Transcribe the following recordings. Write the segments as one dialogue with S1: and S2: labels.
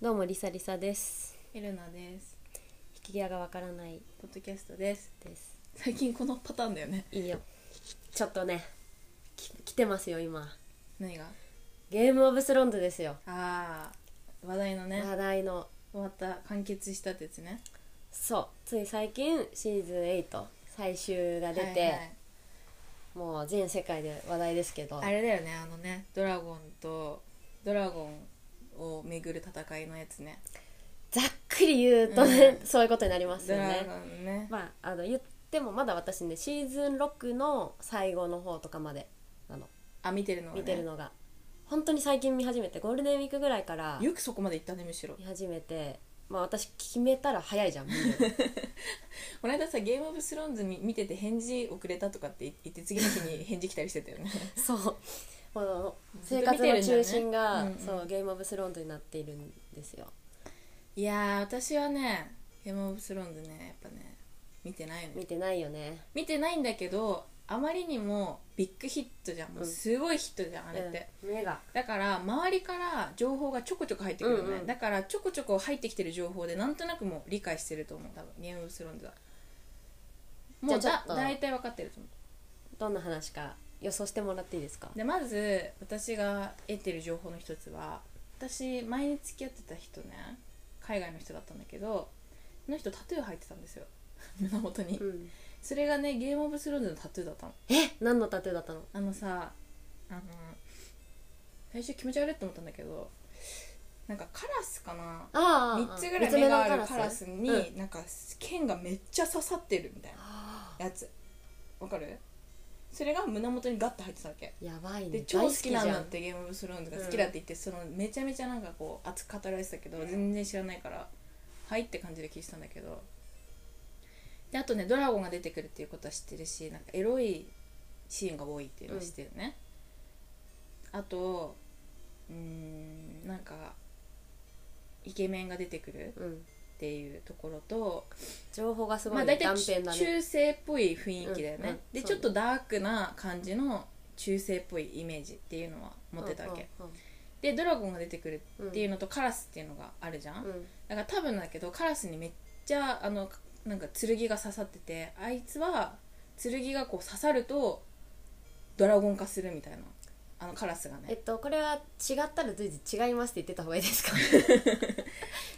S1: どうもリサリサです
S2: エルナです
S1: 引き際がわからない
S2: ポッドキャストです
S1: です
S2: 最近このパターンだよね
S1: いいよちょっとねき来てますよ今
S2: 何が
S1: ゲームオブスローンズですよ
S2: ああ話題のね
S1: 話題の
S2: 終わった完結したってやつね
S1: そうつい最近シーズン8最終が出て、
S2: はいはい
S1: もう全世界で話題ですけど
S2: あれだよねあのねドラゴンとドラゴンをめぐる戦いのやつね
S1: ざっくり言うとね、
S2: う
S1: そういうことになります
S2: ド
S1: よ
S2: ラ
S1: ね
S2: ゴンね
S1: まああの言ってもまだ私ねシーズン6の最後の方とかまでなの
S2: あ見てるのはね
S1: 見てるのが、本当に最近見始めてゴールデンウィークぐらいから
S2: よくそこまで行ったねむしろ
S1: 見始めてまあ私決めたら早い じゃん見るの
S2: この間さゲームオブスローンズ見見てて返事遅れたとかって言って次の日に返事来たりしてたよね
S1: そうこの
S2: ずっ
S1: 生
S2: と
S1: 活
S2: 見てるんだよね
S1: の中心が、
S2: うんうん
S1: そうゲームオブスローンズになっているんですよ
S2: いやー私はねゲームオブスローンズねやっぱね見てないの
S1: 見てないよね
S2: 見てないんだけどあまりにもビッグヒットじゃんもうすごいヒットじゃん、あれって、
S1: うん目が
S2: だから周りから情報がちょこちょこ入ってくるよね、
S1: うんうん
S2: だからちょこちょこ入ってきてる情報でなんとなくもう理解してると思う多分ゲームオブスローンズはもう
S1: じゃあち
S2: だ
S1: ょっと
S2: 大体分かってると思
S1: どんな話か予想してもらっていいですか
S2: うでまず私が得てる情報の一つは私前に付き合ってた人ね海外の人だったんだけどその人タトゥー入ってたんですよ胸元に、
S1: うん
S2: それがねゲームオブスローンズのタトゥーだったの
S1: え何のタトゥーだったの
S2: あのさあの最初気持ち悪いと思ったんだけどなんかカラスかな
S1: あ
S2: 3つぐらい目があるカラス
S1: うん
S2: になんか剣がめっちゃ刺さってるみたい
S1: あ
S2: なやつわかるそれが胸元にガッて入ってたわけ
S1: ーやばいね
S2: で超好きなん
S1: 大
S2: だっ
S1: 好き
S2: てゲームオブスローンズが好きだって言ってそのめちゃめちゃなんかこう熱く語られてたけど全然知らないからはいって感じで聞いてたんだけどであとねドラゴンが出てくるっていうことは知ってるしなんかエロいシーンが多いっていうのは知ってるね、あとうーんなんかイケメンが出てくるっ
S1: じゃんうん
S2: ていうところと
S1: 情報がすご
S2: まあ
S1: い、
S2: 大
S1: ね、
S2: 体
S1: 断
S2: ち
S1: 片だね
S2: 中性っぽい雰囲気だよね、
S1: うんうんそ
S2: で
S1: う
S2: ちょっとダークな感じの中性っぽいイメージっていうのは持ってたわけ、
S1: うんうん
S2: でドラゴンが出てくる
S1: うん
S2: っていうのとカラスっていうのがあるじゃん、
S1: う
S2: だ
S1: ん
S2: から多分だけどカラスにめっちゃあのなんか剣が刺さっててあいつは剣がこう刺さるとドラゴン化するみたいなあのカラスが
S1: え
S2: ね
S1: っとこれは違ったら随時違いますって言ってた方がいいですか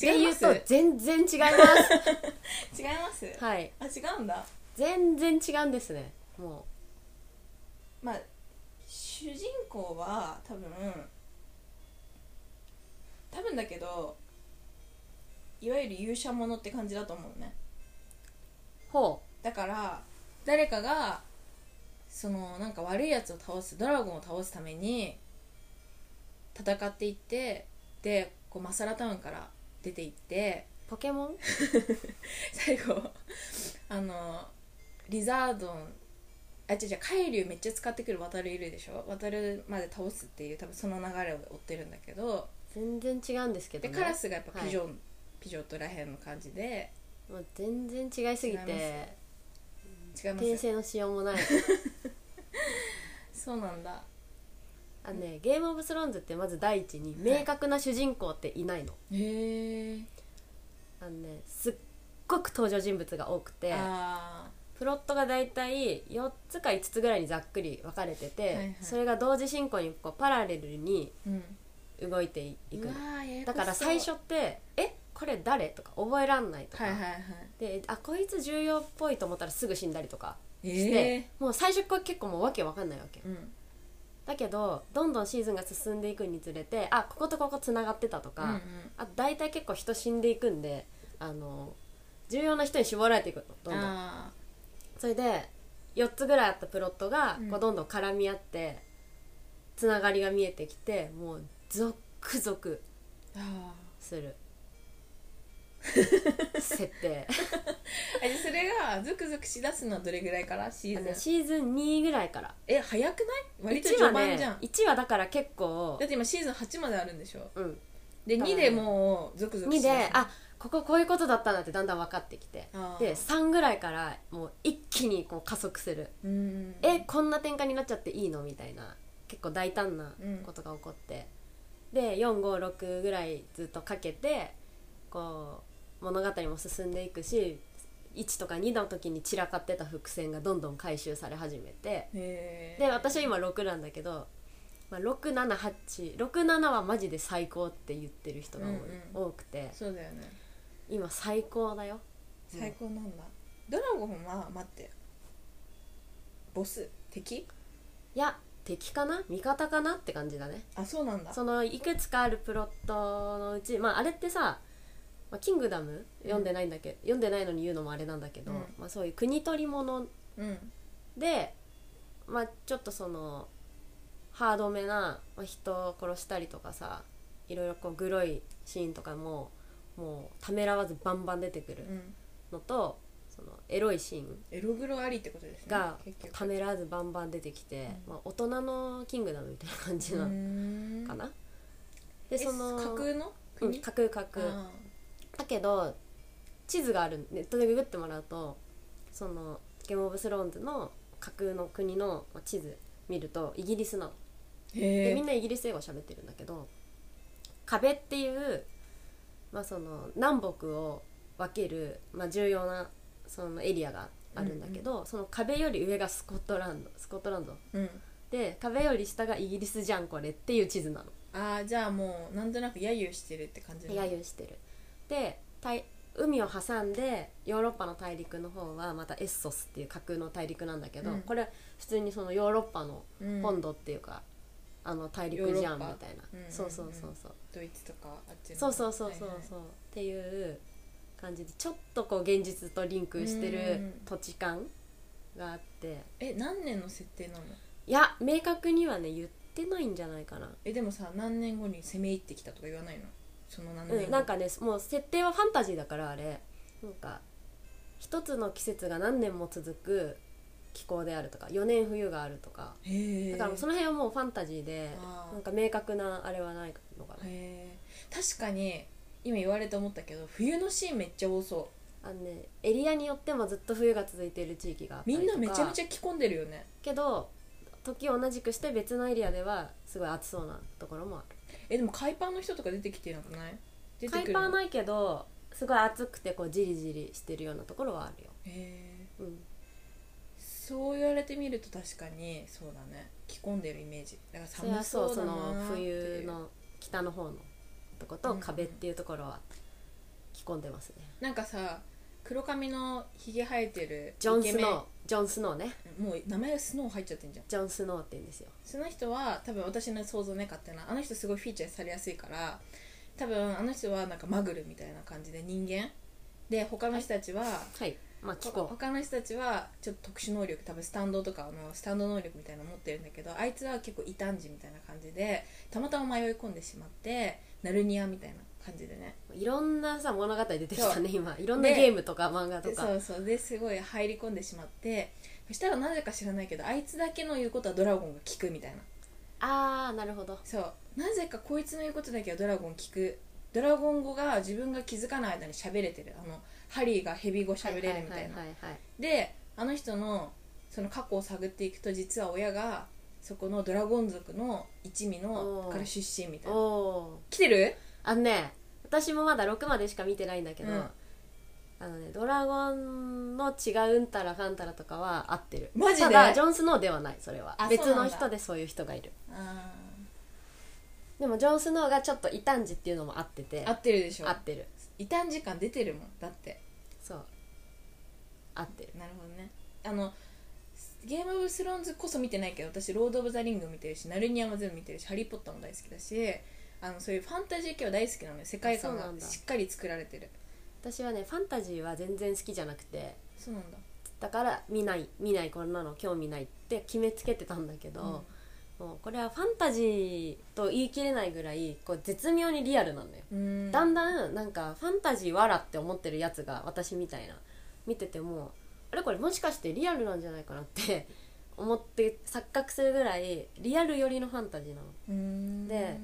S2: 違います
S1: って言う
S2: 違い
S1: と全然違い ます
S2: ます、
S1: はい
S2: あ違うんだ
S1: 全然違うんですねも
S2: まあ主人公は多分多分だけどいわゆる勇者者って感じだと思うね
S1: うほ
S2: だから誰かがそのなんか悪いやつを倒すドラゴンを倒すために戦っていってでこうマサラタウンから出ていって
S1: うポケモン
S2: 最後あのリザードンあ違う違う海竜めっちゃ使ってくる渡るいるでしょ渡るまで倒すっていう多分その流れを追ってるんだけど
S1: 全然違うんですけど、
S2: で
S1: ね、
S2: カラスがやっぱピジョン、ピジョンとらへんの感じで
S1: もう全然違いすぎ
S2: 違い
S1: て
S2: 違いま
S1: 訂
S2: す
S1: 正のしようもない
S2: そうなんだ
S1: あのねゲームオブスローンズってまず第一に明確な主人公っていないの、
S2: へえ
S1: あのねすっごく登場人物が多くて
S2: あ
S1: プロットが大体4つか5つぐらいにざっくり分かれてて、
S2: はいはい
S1: それが同時進行にこうパラレルに
S2: ーうん
S1: 動いていくの
S2: うわーやや
S1: だ
S2: こしそう
S1: から最初って「えこれ誰?」とか覚えらんないとか、
S2: はいはいはい
S1: であこいつ重要っぽいと思ったらすぐ死んだりとかして、
S2: え
S1: もう最初から結構もうわけわかんないわけ
S2: ーうん
S1: だけどどんどんシーズンが進んでいくにつれてあこことここつながってたとか、
S2: うんうん
S1: あ大体結構人死んでいくんであの重要な人に絞られていくのどんどん
S2: あ
S1: それで4つぐらいあったプロットが
S2: うん
S1: こうどんどん絡み合ってつながりが見えてきてもうゾクゾク
S2: ーあ
S1: す る設定
S2: ーえそれがゾクゾクしだすのはどれぐらいからシ
S1: あ
S2: ーズ
S1: の
S2: ン
S1: シーズン2ぐらいから
S2: え早くない割と
S1: 1
S2: 序
S1: 話
S2: 盤じゃ
S1: ね
S2: ん、
S1: 1話だから結構
S2: だって今シーズン8まであるんでしょ
S1: うん
S2: で
S1: だから
S2: 2でもうゾクゾク
S1: 2
S2: しだ
S1: ですあこここういうことだったなってだんだん分かってきて
S2: あー
S1: で3ぐらいからもう一気にこう加速する
S2: うん
S1: えこんな展開になっちゃっていいのみたいな結構大胆なことが起こって、で456ぐらいずっとかけてこう物語も進んでいくし1とか2の時に散らかってた伏線がどんどん回収され始めて
S2: へえ
S1: で私は今6なんだけど、まあ、678667はマジで最高って言ってる人が多い
S2: うん
S1: 多くて
S2: そうだよね
S1: 今最高だようん
S2: 最高なんだ、ドラゴンは待ってボス敵
S1: いや敵かな味方かなって感じだね
S2: あそうなんだ
S1: そのいくつかあるプロットのうち、まあ、あれってさ「まあ、キングダム」読んでないんだけど、読んでないのに言うのもあれなんだけど、
S2: うん
S1: まあ、そういう国取り物
S2: うん
S1: で、まあ、ちょっとそのハードめなまあ人を殺したりとかさいろいろこうグロいシーンとかももうためらわずバンバン出てく
S2: う
S1: る
S2: ん
S1: のと、そのエロいシーン
S2: エログロありってことですね
S1: が
S2: 結局
S1: ためらわずバンバン出てきて、
S2: うん
S1: まあ、大人のキングダムみたいな感じ
S2: う
S1: なの
S2: ーん
S1: かな。
S2: え
S1: でその
S2: 架空の
S1: うん
S2: 国
S1: 架空架空
S2: あ
S1: だけど地図があるネットでググってもらうとその「ゲーム・オブ・スローンズ」の架空の国のまあ地図見るとイギリスなの
S2: ーへ
S1: で
S2: え
S1: みんなイギリス英語喋ってるんだけど壁っていう、まあ、その南北を分ける、まあ、重要なそのエリアがあるんだけど、その壁より上がスコットランドスコットランド
S2: うん
S1: で壁より下がイギリスじゃんこれっていう地図なの。
S2: ああじゃあもうなんとなく揶揄してるって感じ
S1: 揶揄してるで大海を挟んでヨーロッパの大陸の方はまたエッソスっていう架空の大陸なんだけど、
S2: うん
S1: これ普通にそのヨーロッパの
S2: うん
S1: 本土っていうか、あの大陸じゃんみ
S2: ヨーロッパ
S1: たいな、
S2: うんうんうん
S1: そうそうそうそう
S2: ドイツとかあっちの
S1: そうそうそうそう
S2: はいはい
S1: そうっていう感じでちょっとこう現実とリンクして
S2: うんう
S1: る
S2: ん
S1: 土地感があって
S2: え何年の設定なの
S1: いや明確にはね言ってないんじゃないかな、
S2: えでもさ何年後に攻め入ってきたとか言わないのその何年後、
S1: うん、なんかねもう設定はファンタジーだからあれなんか一つの季節が何年も続く気候であるとか4年冬があるとか
S2: へえ
S1: だからもうその辺はもうファンタジーで
S2: あー
S1: なんか明確なあれはないのかな
S2: へー確かに今言われて思ったけど冬のシーンめっちゃ多そ
S1: あのねエリアによってもずっと冬が続いている地域があっ
S2: う
S1: たり
S2: み
S1: とか
S2: んなめちゃめちゃ着込んでるよね
S1: けど時を同じくして別のエリアではすごい暑そうなところもある
S2: えでも海パンの人とか出てきてなくない出て
S1: 海
S2: くる
S1: パー
S2: へ
S1: ないけどすごい暑くてこうジリジリしてるようなところはあるよ、
S2: え
S1: うん、
S2: そう言われてみると確かにそうだね着込んでるイメージだから
S1: それは
S2: 寒
S1: そ
S2: そう
S1: そ
S2: うだな
S1: の
S2: ーっていう
S1: 冬の北の方のとこと
S2: うん
S1: 壁っていうところは着込んでますね、
S2: なんかさ黒髪のひげ生えてる
S1: ジョン・
S2: イケ
S1: ス
S2: メン
S1: ノージョン・スノーね
S2: もう名前がスノー入っちゃってんじゃん
S1: ジョン・スノーって言うんですよ
S2: その人は多分私の想像ね勝手なあの人すごいフィーチャーされやすいから多分あの人はなんかマグルみたいな感じで人間で他の人たちは、
S1: はいまあ
S2: ほ
S1: 気候
S2: 他の人たちはちょっと特殊能力多分スタンドとかのスタンド能力みたいなの持ってるんだけどあいつは結構異端児みたいな感じでたまたま迷い込んでしまってナルニアみたいな感じでね
S1: いろんなさ物語出てきた
S2: そう
S1: ね今いろんな
S2: で
S1: ゲームとか漫画と
S2: で
S1: か
S2: そうそうですごい入り込んでしまってそしたらなぜか知らないけどあいつだけの言うことはドラゴンが聞くみたいな
S1: ああなるほど
S2: そうなぜかこいつの言うことだけはドラゴン聞くドラゴン語が自分が気づかない間に喋れてるあのハリーがヘビ語喋れるみたいな、
S1: はいはいはいはい
S2: であの人のその過去を探っていくと実は親がそこのドラゴン族の一味の
S1: おー
S2: から出身みたい
S1: お
S2: な
S1: お
S2: 来てる
S1: ーあのね私もまだ6までしか見てないんだけど、
S2: うん
S1: あのね、ドラゴンの違うんたらかんたらとかは合ってる
S2: マジで
S1: ただジョン・スノーではないそれは
S2: あ
S1: 別
S2: そうな
S1: の
S2: んだ
S1: 人でそういう人がいる
S2: あ
S1: でもジョン・スノーがちょっと異端児っていうのも合ってて
S2: ー合ってるでしょ
S1: 合ってる
S2: 異端時間出てるもんだって
S1: そう合ってる
S2: なるほどねあのゲームオブスローンズこそ見てないけど私ロード・オブ・ザ・リング見てるしナルニアも全部見てるしハリー・ポッターも大好きだしあのそういうファンタジー系は大好きなので世界観
S1: そうなん
S2: が
S1: だ
S2: しっかり作られてる
S1: 私はねファンタジーは全然好きじゃなくて
S2: そうなんだ
S1: だから見ない見ないこんなの興味ないって決めつけてたんだけど、もうこれはファンタジーと言い切れないぐらいこう絶妙にリアルなんだよ、
S2: うん
S1: だんだんなんかファンタジーわらって思ってるやつが私みたいな見ててもあれこれもしかしてリアルなんじゃないかなって思って錯覚するぐらいリアル寄りのファンタジーなの
S2: うん
S1: で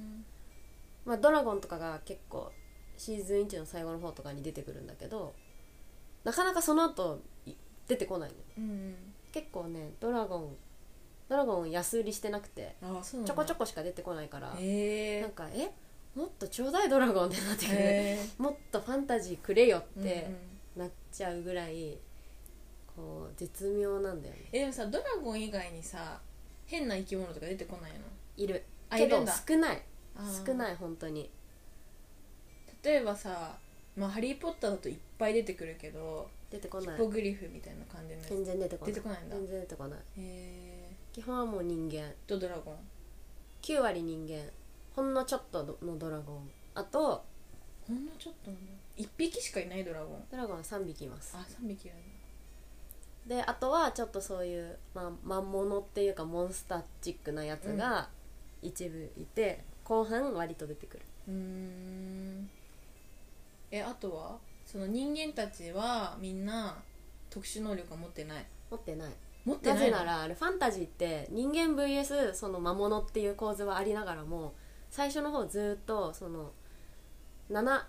S1: まあ、ドラゴンとかが結構シーズン1の最後の方とかに出てくるんだけどなかなかその後い出てこないのよ
S2: うん
S1: 結構ねドラゴンドラゴン安売りしてなくて
S2: ああそうなん
S1: ち
S2: だ
S1: ょこちょ
S2: こ
S1: こしか出てこないから、
S2: へえ
S1: なんかえもっとちょうだいドラゴンってなってくる、
S2: へ
S1: もっとファンタジーくれよ
S2: ー
S1: って
S2: うんう
S1: な
S2: ん
S1: っちゃうぐらいこう絶妙なんだよね
S2: えでもさドラゴン以外にさ変な生き物とか出てこないの
S1: いる
S2: あ
S1: け
S2: いる
S1: ど
S2: んだ
S1: 少ない
S2: あー
S1: 少ない本当に
S2: 例えばさ「まあ、ハリー・ポッター」だといっぱい出てくるけど
S1: 出てこ
S2: ヒ
S1: ない
S2: ポグリフみたいな感じのやつ
S1: 全然出てこない
S2: 出てこないんだ
S1: 全然出てこない
S2: へえ
S1: 基本はもう人間
S2: とドラゴン
S1: 9割人間ほんのちょっとのドラゴンあと
S2: ほんのちょっとなんだ1匹しかいないドラゴン
S1: ドラゴンは3匹います
S2: あ三3匹いるんだ
S1: であとはちょっとそういう、まあ、魔物っていうかモンスターチックなやつが一部いて、後半割と出てくる
S2: うーんえあとはその人間たちはみんな特殊能力は持ってない
S1: 持ってない
S2: 持って
S1: な
S2: な
S1: ぜ
S2: い
S1: ならあれファンタジーって人間 VS その魔物っていう構図はありながらも最初の方ずっとその七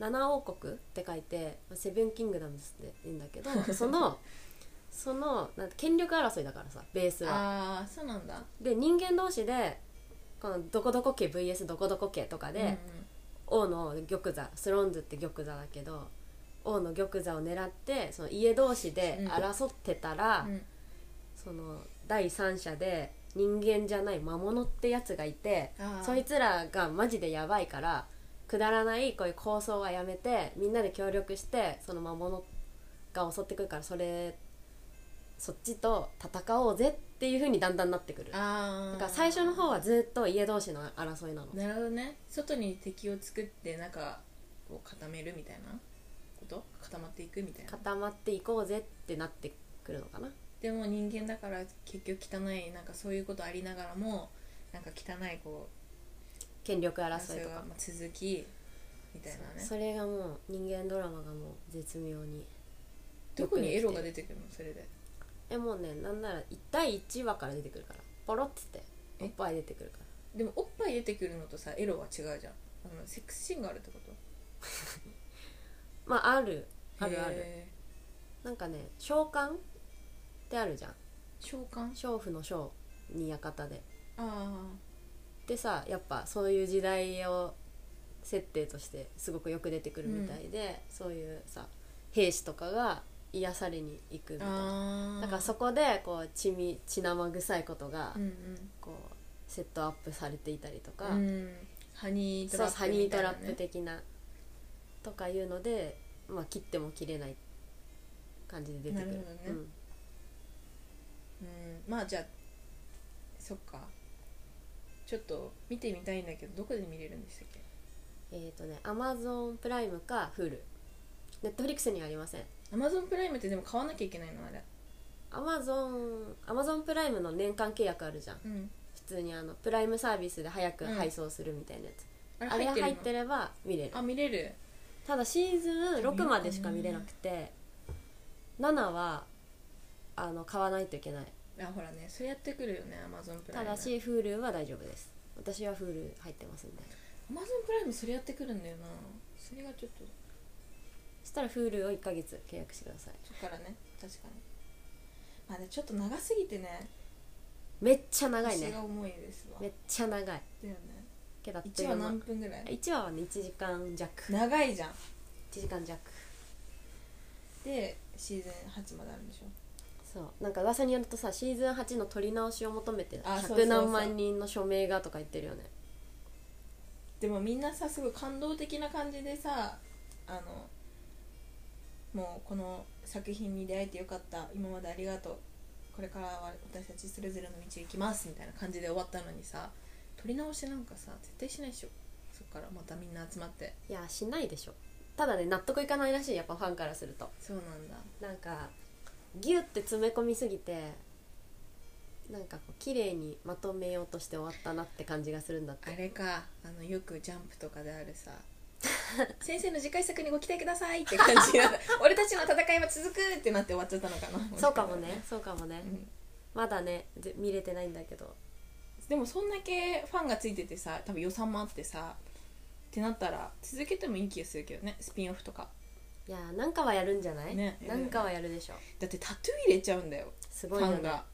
S1: 七王国って書いてセブンキングダムズって言うんだけどそのそのなんて権力争いだからさベースは。
S2: ああーそうなんだ
S1: で人間同士でこのどこどこ家 VS どこどこ家とかで、
S2: うんうん
S1: 王の玉座スローンズって玉座だけど王の玉座を狙ってその家同士で争ってたら。
S2: うん
S1: その第三者で人間じゃない魔物ってやつがいて
S2: あー
S1: そいつらがマジでやばいからくだらないこういう構想はやめてみんなで協力してその魔物が襲ってくるからそれそっちと戦おうぜっていう風にだんだんなってくるだ
S2: ああ
S1: から最初の方はずっと家同士の争いなの
S2: なるほどね外に敵を作って中を固めるみたいなこと固まっていくみたいな
S1: 固まっていこうぜってなってくるのかな
S2: でも人間だから結局汚いなんかそういうことありながらもなんか汚いこ
S1: 権力
S2: う
S1: 争
S2: 争
S1: い
S2: い
S1: とか
S2: がまあ続きみたいなね
S1: それがもう人間ドラマがもう絶妙に
S2: どこにエロが出てくるのそれで
S1: えもうねなんなら1対1話から出てくるからポロッつって
S2: え
S1: おっぱい出てくるから
S2: でもおっぱい出てくるのとさエロは違うじゃんあのセックスシーンがあるってこと
S1: まああるあるある
S2: へ
S1: なんかね召喚ってあるじゃん
S2: ー召喚
S1: 娼婦の娼に館で
S2: あ
S1: でさやっぱそういう時代を設定としてすごくよく出てくるみたいで、そういうさ兵士とかが癒されに行くみ
S2: ー
S1: たいな
S2: あー
S1: だからそこでこう血み血生臭いことが
S2: うんうん
S1: こうセットアップされていたりとか、
S2: うんハニー
S1: そ
S2: ト
S1: う
S2: ラ
S1: ハ
S2: ップ
S1: ニー
S2: みた
S1: ト
S2: いな、
S1: ラ
S2: ね、
S1: ップ的なとかいうので、まあ、切っても切れない感じで出てくる
S2: なるほどねうんまあじゃあそっかちょっと見てみたいんだけどどこで見れるんでしたっけ
S1: うん、えっ、とねアマゾンプライムか Hulu ネットフリックスにはありません
S2: アマゾンプライムってでも買わなきゃいけないのあれ
S1: アマゾンアマゾンプライムの年間契約あるじゃん
S2: うん
S1: 普通にあのプライムサービスで早く配送するみたいなやつ、
S2: あれ
S1: あれ
S2: 入ってるの
S1: 入ってれば見れる
S2: あ見れる
S1: ただシーズン6までしか見れなくて7はあの買わないといけない
S2: あほらねそうやってくるよねアマゾンプライ
S1: た
S2: ム
S1: だし Hulu は大丈夫です私は Hulu 入ってますんで
S2: アマゾンプライムそれやってくるんだよなそれがちょっと
S1: そしたら Hulu を1ヶ月契約してください
S2: そっからね確かにまあねちょっと長すぎてね
S1: めっちゃ長い
S2: 腰
S1: ね
S2: が重いですわ
S1: めっちゃ長い
S2: だよね
S1: けどあっとい
S2: 1
S1: う
S2: 話
S1: 間
S2: 何分ぐらい
S1: 1話はね1時間弱1
S2: 長いじゃん
S1: 時間弱
S2: でシーズン8まであるんでしょ
S1: そうなんか噂によるとさシーズン8の撮り直しを求めて
S2: あそうそうそう
S1: 100何万人の署名がとか言ってるよね
S2: でもみんなさすごい感動的な感じでさあのもうこの作品に出会えてよかった今までありがとうこれからは私たちそれぞれの道へ行きますみたいな感じで終わったのにさ撮り直しなんかさ絶対しないでしょそっからまたみんな集まって
S1: いやしないでしょただね納得いかないらしいやっぱファンからすると
S2: そうなんだ
S1: なんかギュって詰め込みすぎてなんかこう綺麗にまとめようとして終わったなって感じがするんだって
S2: あれかあのよくジャンプとかであるさ 先生の次回作にご期待くださいって感じが俺たちの戦いは続くってなって終わっちゃったのかな
S1: そうかも ね、そうかもね、
S2: うん
S1: まだねぜ見れてないんだけど
S2: でもそんだけファンがついててさ多分予算もあってさってなったら続けてもいい気がするけどねスピンオフとか
S1: いやーなんかはやるんじゃない、
S2: ね
S1: なんかはやるでしょ
S2: だってタトゥー入れちゃうんだよ
S1: す
S2: フ
S1: ごいよ
S2: ァン
S1: ね
S2: が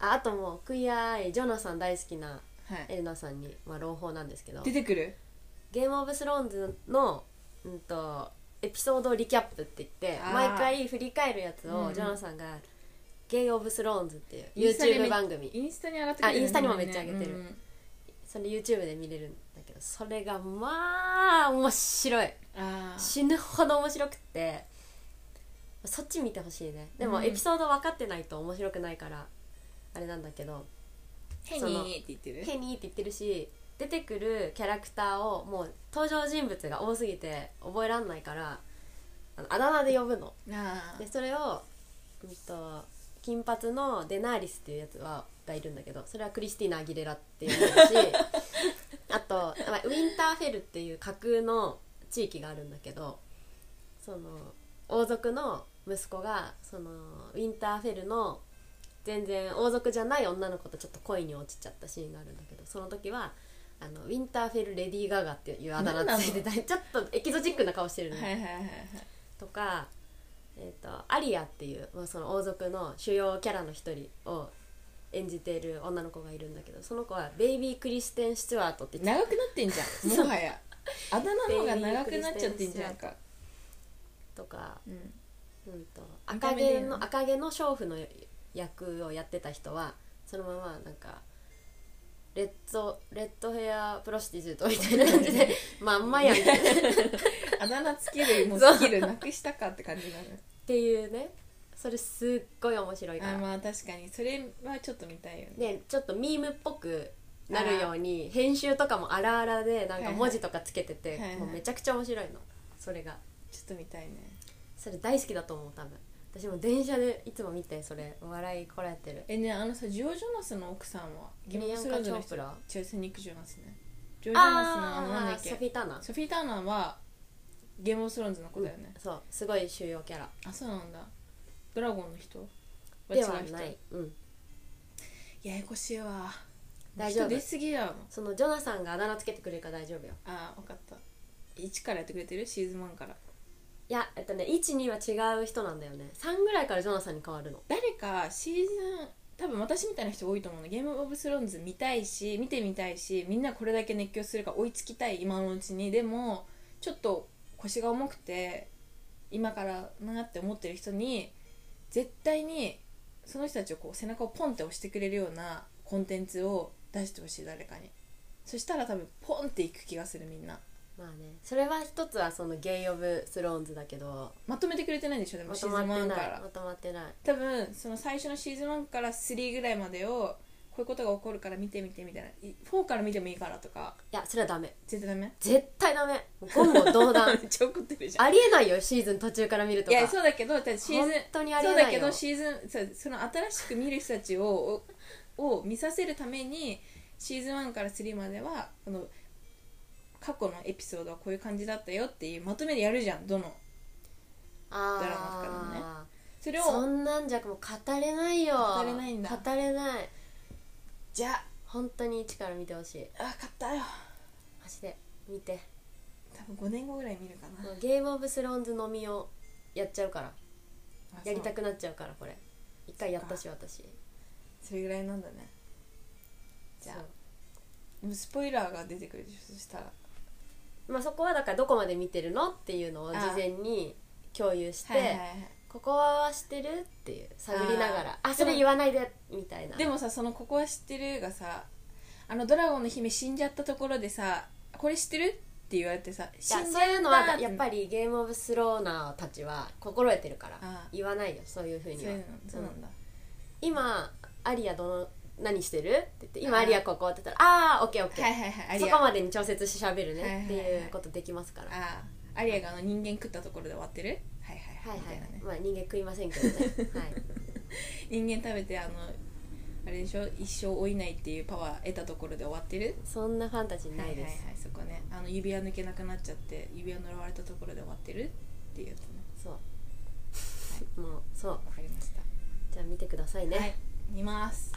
S1: ああともうクイアアイジョナさん大好きな
S2: はい
S1: エレナさんに、まあ、朗報なんですけど
S2: 出てくる
S1: ゲームオブスローンズの、うん、とエピソードリキャップって言って
S2: あー
S1: 毎回振り返るやつ
S2: うんう
S1: を
S2: ん
S1: ジョナサンが「ゲイ・オブ・スローンズ」っていう
S2: インスタで見
S1: YouTube 番組
S2: インスタに上がってくるよね
S1: あインスタにもめっちゃ上げてる
S2: うんうん
S1: それ YouTube で見れるんだけどそれがまあ面白い
S2: あー
S1: 死ぬほど面白くってそっち見てほしいねで
S2: う
S1: も
S2: ん
S1: エピソード分かってないと面白くないからあれなんだけど
S2: ヘニーって言って
S1: 「
S2: る
S1: ヘニー」って言ってるし出てくるキャラクターをもう登場人物が多すぎて覚えらんないからあのあだ名で呼ぶの
S2: あ
S1: でそれを、うん、と金髪のデナーリスっていうやつはがいるんだけどそれはクリスティーナ・アギレラっていうのだ しあとまあウィンターフェルっていう架空の地域があるんだけどその王族の息子がそのウィンターフェルの全然王族じゃない女の子とちょっと恋に落ちちゃったシーンがあるんだけどその時はあのウィンターフェル・レディー・ガガっていうあだ名ついてたちょっとエキゾチックな顔してる
S2: ー
S1: の、
S2: はいはいはいはい
S1: とか、えー、とアリアっていう、まあ、その王族の主要キャラの一人を演じている女の子がいるんだけどその子はベイビー・クリステン・スチュワートって言って
S2: 長くなっ てんじゃんもはやあだ名の方が長くなっちゃってんじゃんか、
S1: とか、
S2: うん、
S1: うん、と
S2: 見た
S1: 赤
S2: 目で
S1: 毛の赤毛の娼婦の役をやってた人はそのままなんかレッドレッドヘアプロシティジュートみたいな感じで まんまやんけっ
S2: あだ名つけるもうスキルなくしたかって感じなのよ
S1: ていうねそれすっごい面白いか
S2: あ
S1: ら
S2: まあ確かにそれはちょっと見たいよね
S1: でちょっとミームっぽくなるように編集とかも荒々でなんか文字とかつけてて、
S2: はいはい
S1: もうめちゃくちゃ面白いのそれが
S2: ちょっと見たいね
S1: それ大好きだと思う多分私も電車でいつも見てそれ笑いこらえてる
S2: えねあのさジオ・ジョナスの奥さんはギブスローズの人
S1: ミリアンカ
S2: 違うセニック・ジョナスねジョージ・ジョナスのあ
S1: あ
S2: の
S1: ー
S2: なんだっけ
S1: ソフィー・ターナー
S2: ソフィー・ターナーはゲームオブスローンズの子だよね、
S1: そうすごい主要キャラ
S2: あそうなんだドラゴンの人
S1: では
S2: 違う人
S1: ない、うん、
S2: ややこしいわ
S1: 大丈夫
S2: 人出すぎだもん
S1: そのジョナサンがあだ名つけてくれるから大丈夫よ
S2: あ分かった1からやってくれてるシーズン1から
S1: いやえっとね12は違う人なんだよね3ぐらいからジョナサンに変わるの
S2: 誰かシーズン多分私みたいな人多いと思うのゲームオブスローンズ見たいし見てみたいしみんなこれだけ熱狂するから追いつきたい今のうちにでもちょっと腰が重くて今からなって思ってる人に絶対にその人たちをこう背中をポンって押してくれるようなコンテンツを出してほしい誰かにそしたら多分ポンっていく気がするみんな
S1: まあねそれは一つはそのゲイ・オブ・スローンズだけど
S2: まとめてくれてないんでしょでも
S1: ま
S2: シ
S1: と
S2: ーズ
S1: まっ
S2: ン
S1: てない
S2: 1
S1: ま
S2: から
S1: とまってない
S2: 多分その最初のシーズン1から3ぐらいまでをこういうことが起こるから見てみてみたいない4から見てもいいからとか
S1: いやそれはダメ
S2: 絶対ダメ
S1: 絶対ダメもう言語道断
S2: めっ ちゃ怒ってるじゃん
S1: ありえないよシーズン途中から見ると
S2: い
S1: か
S2: やそうだけどだってシーズン
S1: 本当にありえ
S2: そう
S1: な
S2: だ
S1: い
S2: け
S1: よ
S2: どシーズンそうその新しく見る人たちををを見させるためにシーズン1から3まではこの過去のエピソードはこういう感じだったよっていうまとめでやるじゃんどのドラマとかでも
S1: あ
S2: そ
S1: ー
S2: れ
S1: そ
S2: を
S1: んなんじゃもう語れないよ
S2: 語れないんだ
S1: 語れない
S2: じゃ
S1: 本当に一から見てほしい
S2: あ分かったよ
S1: マジで見て
S2: 多分5年後ぐらい見るかな
S1: もうゲームオブスローンズ飲みをやっちゃうから
S2: あ
S1: やり
S2: そ
S1: た
S2: う
S1: くなっちゃうからこれ一回やったし私
S2: それぐらいなんだねじゃあでもスポイラーが出てくるでしょそしたら
S1: まあ、そこはだからどこまで見てるのっていうのを事前に共有して、ここは知ってるっていう探りながら
S2: あ
S1: あ
S2: ー
S1: それ言わないでみたいな
S2: でもさその「ここは知ってる」がさあのドラゴンの姫死んじゃったところでさ「これ知ってる?」って言われてさ「
S1: い
S2: 死
S1: や
S2: んじ
S1: そうい
S2: ゃ
S1: う
S2: っ
S1: のは
S2: た」
S1: やっぱ
S2: り
S1: りゲームオブスローナーたちは心得てるから
S2: あー
S1: 言わないよそういうふう
S2: そう
S1: に
S2: い
S1: は
S2: うのそうなんだ、
S1: 今アリアどの何してるって言って今
S2: あー
S1: アリアここって言ったらああーオッケーオッケ
S2: はい
S1: ー
S2: はいはいア
S1: そ
S2: リア
S1: こまでに調節してしゃべる
S2: はいはいは
S1: ね
S2: い
S1: っていうことできますからはい
S2: あーアリアがあの人間食ったところで終わってるはいは
S1: は
S2: いはい、
S1: い
S2: みたいなね
S1: まあ人間食いませんけ どねはい
S2: 人間食べてあのあれでしょ一生老いないっていうパワー得たところで終わってる
S1: そんなファンタジーないで
S2: はい
S1: す
S2: はいはい、そこねあの指輪抜けなくなっちゃって指輪呪われたところで終わってるっていうやつね
S1: そうもうそう
S2: わかりました
S1: じゃあ見てくださいね、
S2: はい見ます